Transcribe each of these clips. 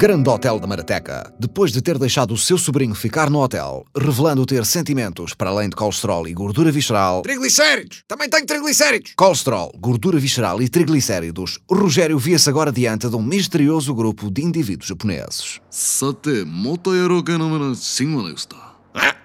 Grande hotel da Marateca. Depois de ter deixado o seu sobrinho ficar no hotel, revelando ter sentimentos para além de colesterol e gordura visceral. Triglicéridos! Também tenho triglicéridos! Colesterol, gordura visceral e triglicéridos, Rogério via-se agora diante de um misterioso grupo de indivíduos japoneses. さて、元エロゲのムの新話のようだ。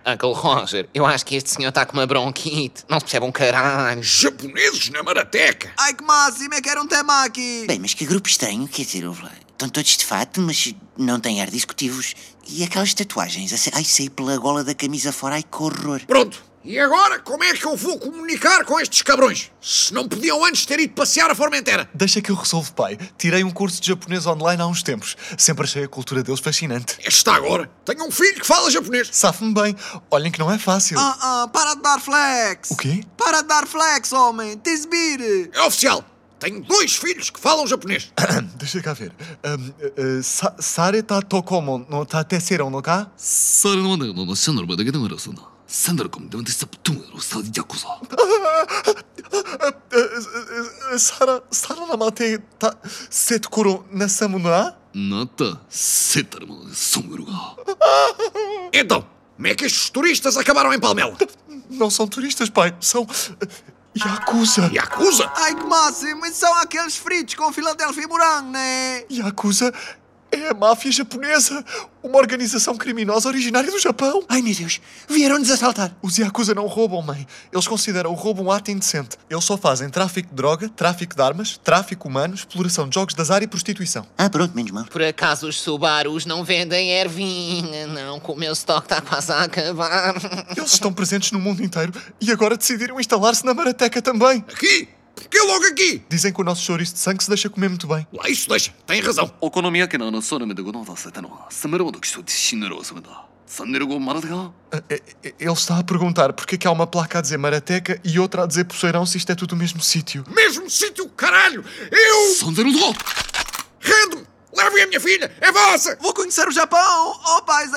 Ah, Uncle Roger, eu acho que este senhor está com uma bronquite. Não se percebe um caralho. Japoneses na Marateca! Ai que máximo, é que era um temaki! Bem, mas que grupo estranho, quer dizer, ouve lá. Estão todos de fato, mas não têm ar discutivos. E aquelas tatuagens? assim, Ai, saí pela gola da camisa fora, ai que horror. Pronto! E agora, como é que eu vou comunicar com estes cabrões? Se não podiam antes ter ido passear a Formentera! Deixa que eu resolvo, pai. Tirei um curso de japonês online há uns tempos. Sempre achei a cultura deles fascinante. Está agora! Tenho um filho que fala japonês! Safe-me bem. Olhem que não é fácil. Ah, ah, para de dar flex! O quê? Para de dar flex, homem! Te exibir! É oficial! Tenho dois filhos que falam japonês! Deixa cá ver. Um, uh, uh, sa- Sareta Tokomo tá no Tatesero no Ka? それまでののシャンダルまでゲのムラスだ。サンダルコムデマティスタプトゥムロサディアコザ。Eh, Sara, Sara Namate ta, Setkuro Nasamuna? なった、せったるものでソムロが。 Então, como é que estes turistas acabaram em Palmela? Não são turistas, pai. São. eh, Yakuza. Yakuza? Ai que máximo, isso são aqueles fritos com Filadélfia e morango, né? Yakuza é a máfia japonesa. Uma organização criminosa originária do Japão. Ai, meu Deus, vieram-nos assaltar. Os Yakuza não roubam, mãe. Eles consideram o roubo um ato indecente. Eles só fazem tráfico de droga, tráfico de armas, tráfico humano, exploração de jogos de azar e prostituição. Ah, pronto, menos mal. Por acaso os Subarus não vendem ervinha, não, que o meu estoque está quase a acabar. Eles estão presentes no mundo inteiro e agora decidiram instalar-se na Marateca também. Aqui? Porquê logo aqui? Dizem que o nosso chouriço de sangue se deixa comer muito bem. Lá isso deixa, tem razão. お好み焼きのあのソラメでご覧させたのは、サムロード基礎で死ぬろうさめだ。サンネルゴマラデガ Ah, eh, eh, Ele está a perguntar porque é que há uma placa a dizer Marateca e outra a dizer Poceirão se isto é tudo o mesmo sítio. Mesmo sítio, caralho! Eu サンダルだ rendo-me! Levem a minha filha, é vossa! Vou conhecer o Japão! Oh, pai,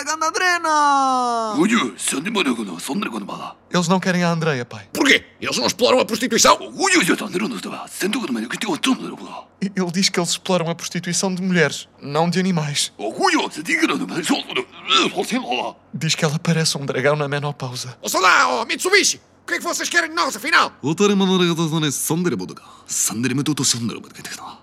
Zagandadrena! おいゆ、シャンディマルゴのサンネルゴのマラ。 Eles não querem a Andreia, pai. Porquê? Eles não exploram a prostituição? おいゆ、サンデルの人は、戦闘の前に来てはどうなるか。 E- Ele diz que eles exploram a prostituição de mulheres, não de animais. おいゆ、セディグラの前に、そう、そう、そう、そう、そう、 Diz que ela parece um dragão na menopausa. Ouça lá, ó Mitsubishi! O que é que vocês querem de nós, afinal? 渡り物の方のね、サンデルボードが、サンデルメトとサンデルまで帰ってきた。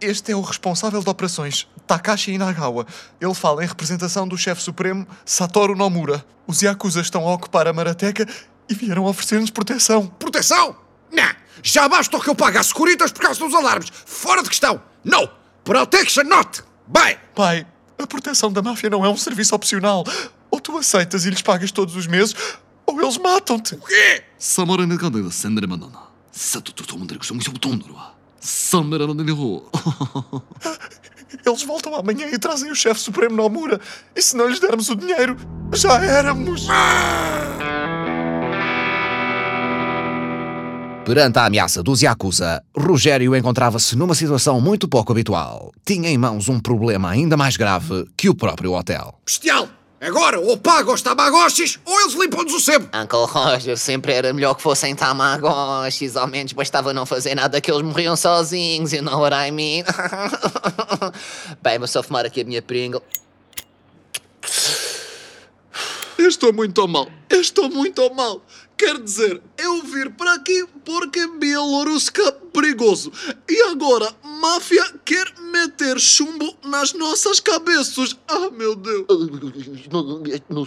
Este é o responsável de operações, Takashi Inagawa. Ele fala em representação do chefe supremo Satoru Nomura. Os Yakuza estão a ocupar a Marateca e vieram oferecer-nos proteção. Proteção? Não! Já basta que eu pague às securitas por causa dos alarmes! Fora de questão! Não! Protection not! Bem! Pai, a proteção da máfia não é um serviço opcional. Ou tu aceitas e lhes pagas todos os meses, ou eles matam-te. O quê? サマラネカンダがセンデレマンだな。サトとトモンデルクションショントンドルは。サンメラのネネホー。 Eles voltam amanhã e trazem o chefe supremo Nomura. E se não lhes dermos o dinheiro, já éramos. Perante a ameaça dos Yakuza, Rogério encontrava-se numa situação muito pouco habitual. Tinha em mãos um problema ainda mais grave que o próprio hotel. Bestial! Agora ou pago os tabagoshis ou eles limpam-nos o sebo! Uncle Roger, sempre era melhor que fossem tamagoshis, ao menos bastava não fazer nada que eles morriam sozinhos, you know what I mean? Bem, vou só fumar aqui a minha Pringle. Eu estou muito mal. Eu estou muito mal. Quer dizer, eu vir para aqui porque Bielorusca perigoso. E agora, máfia quer meter chumbo nas nossas cabeças. Ah, meu Deus. Nos não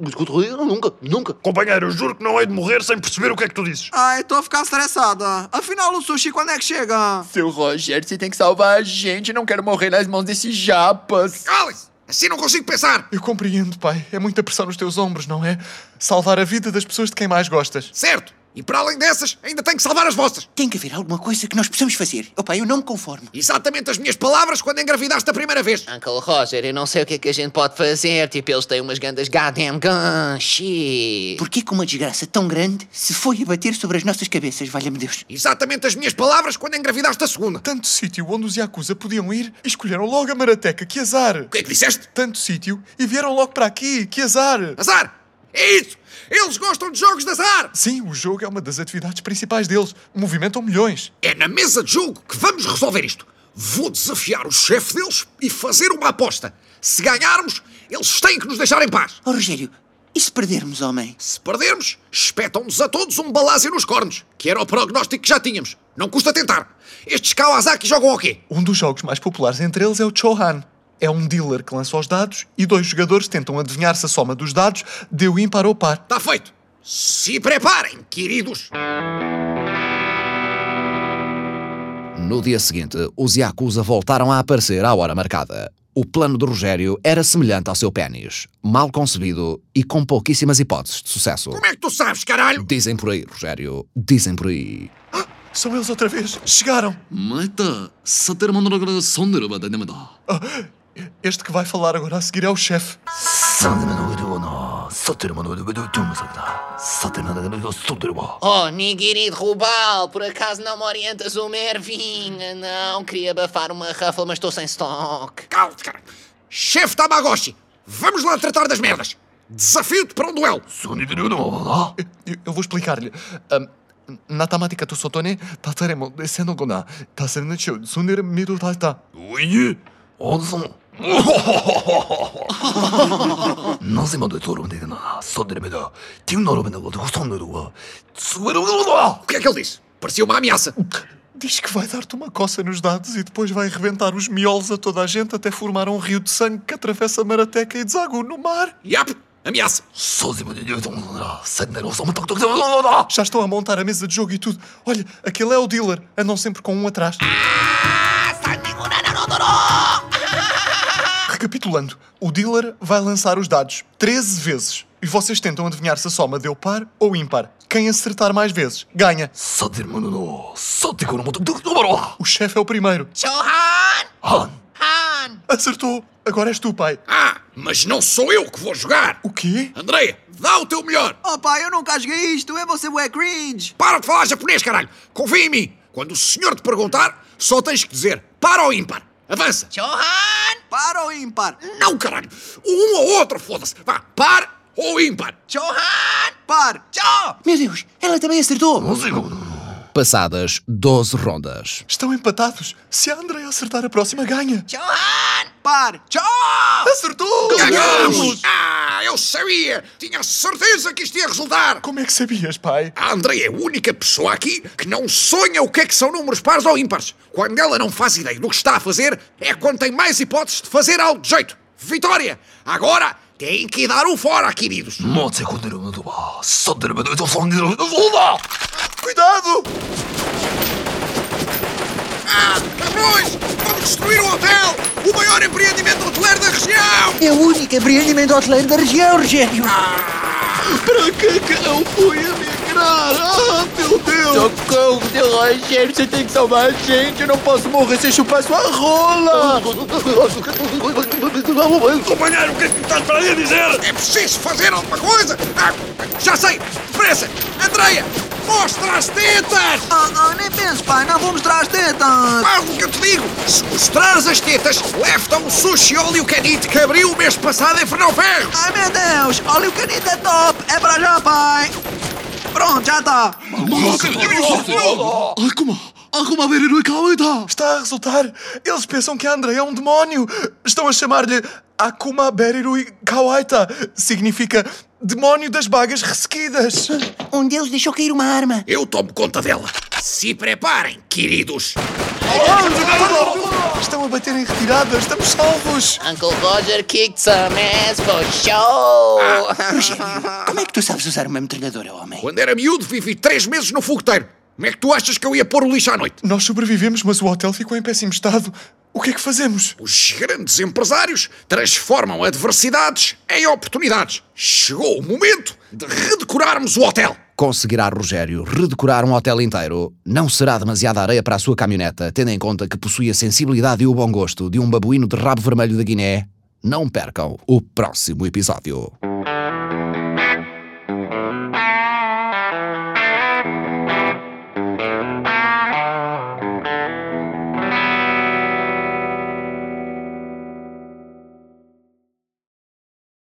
nos controlaram nunca, nunca. Companheiro, juro que não hei de morrer sem perceber o que é que tu dizes. Ai, estou a ficar estressada. Afinal, o sushi quando é que chega? Ah. Seu Rogério, você tem que salvar a gente. Não quero morrer nas mãos desses japas. Calem-se! Assim não consigo pensar! Eu compreendo, pai. É muita pressão nos teus ombros, não é? Salvar a vida das pessoas de quem mais gostas. Certo! E para além dessas, ainda tenho que salvar as vossas! Tem que haver alguma coisa que nós possamos fazer. Oh, pai, eu não me conformo. Exatamente as minhas palavras quando engravidaste a primeira vez! Uncle Roger, eu não sei o que é que a gente pode fazer, tipo, eles têm umas gandas goddamn guns, shit. Porquê que uma desgraça tão grande se foi abater sobre as nossas cabeças, valha-me Deus? Exatamente as minhas palavras quando engravidaste a segunda! Tanto sítio onde os Yakuza podiam ir, escolheram logo a Marateca. Que azar! O que é que disseste? Tanto sítio e vieram logo para aqui. Que azar! Azar! É isso! Eles gostam de jogos de azar! Sim, o jogo é uma das atividades principais deles. Movimentam milhões. É na mesa de jogo que vamos resolver isto. Vou desafiar o chefe deles e fazer uma aposta. Se ganharmos, eles têm que nos deixar em paz. Oh, Rogério, e se perdermos, homem? Se perdermos, espetam-nos a todos um balásio nos cornos, que era o prognóstico que já tínhamos. Não custa tentar. Estes Kawasaki jogam ao quê? Um dos jogos mais populares entre eles é o Chohan. É um dealer que lança os dados e dois jogadores tentam adivinhar se a soma dos dados deu ímpar ou par. Está feito. Se preparem, queridos. No dia seguinte, os Yakuza voltaram a aparecer à hora marcada. O plano de Rogério era semelhante ao seu pênis, mal concebido e com pouquíssimas hipóteses de sucesso. Como é que tu sabes, caralho? Dizem por aí, Rogério. Dizem por aí. São eles outra vez. Chegaram. Maita, Satermandragra Sonderba Danemada. Ah, Este que vai falar agora a seguir é o chefe. Oh, nigiri de Rubal, por acaso não me orientas uma ervinha? Não, queria abafar uma rafa, mas estou sem estoque. Calde, cara. Chefe Tamagotchi, vamos lá tratar das merdas. Desafio-te para um duelo. Eu- Eu, eu vou explicar-lhe. Ahm, na temática do Sotone, tataremo descendo gona. Taserno chiu, sunir miru tata. O que é que ele disse? Parecia uma ameaça. Diz que vai dar-te uma coça nos dados e depois vai reventar os miolos a toda a gente até formar um rio de sangue que atravessa Marateca e deságua no mar. Yap, ameaça. Já estão a montar a mesa de jogo e tudo. Olha, aquele é o dealer. Andam sempre com um atrás. Recapitulando, o dealer vai lançar os dados 13 vezes e vocês tentam adivinhar se a soma deu par ou ímpar. Quem acertar mais vezes ganha. O chefe é o primeiro. Johan! Han! Acertou! Agora és tu, pai. Ah, mas não sou eu que vou jogar. O quê? Andreia, dá o teu melhor. Oh pai, eu nunca joguei isto, é você é cringe. Para de falar japonês, caralho. Confia em mim. Quando o senhor te perguntar, só tens que dizer para ou ímpar. Avança. Johan! Par ou ímpar? Não, caralho. Um ou outro, foda-se. Vá, par ou ímpar. Johan! Hum? Par! Joe! Meu Deus, ela também acertou! Passadas 12 rondas. Estão empatados. Se a André acertar a próxima, ganha. Johan! Par! Joe! Acertou! Ganhamos! Ah, eu sabia! Tinha certeza que isto ia resultar! Como é que sabias, pai? A André é a única pessoa aqui que não sonha o que é que são números pares ou ímpares. Quando ela não faz ideia do que está a fazer, é quando tem mais hipóteses de fazer algo de jeito. Vitória! Agora tem que dar um fora, queridos! Cuidado! Ah, cabrões! Vamos destruir o hotel! O maior empreendimento hoteleiro da região! É o único empreendimento hoteleiro da região, Rogério! Ah! Para que que eu fui emigrar? Ah, meu Deus! Socorro, seu Rogério, você tem que salvar a gente. Eu não posso morrer se eu chupar sua rola. Companheiro, o que é que me estás para aí a dizer? É preciso fazer alguma coisa! Ah, já sei! Depressa! Andreia! Mostra as tetas! Ah, ah, nem penso, pai, não vou mostrar as tetas. Faz o que eu te digo! Se mostrares as tetas, leva-te a um sushi óleo canite que abriu o mês passado em Fernão Ferro! Ai meu Deus, olha o canito é top, é para já, pai. Pronto, já tá. está. Akuma! Akuma Beriru Kaweta! Está a resultar. Eles pensam que a André é um demónio. Estão a chamar-lhe Akuma Berirui Kawaita. Significa demónio das bagas ressequidas. Um deles deixou cair uma arma. Eu tomo conta dela. Se preparem, queridos! Estão a bater em retirada. Estamos salvos. Uncle Roger kicked some ass for show! Como é que tu sabes usar uma metralhadora, homem? Quando era miúdo, vivi três meses no fogueteiro. Como é que tu achas que eu ia pôr o lixo à noite? Nós sobrevivemos, mas o hotel ficou em péssimo estado. O que é que fazemos? Os grandes empresários transformam adversidades em oportunidades. Chegou o momento de redecorarmos o hotel. Conseguirá Rogério redecorar um hotel inteiro? Não será demasiada areia para a sua caminhoneta, tendo em conta que possui a sensibilidade e o bom gosto de um babuíno de rabo vermelho da Guiné? Não percam o próximo episódio.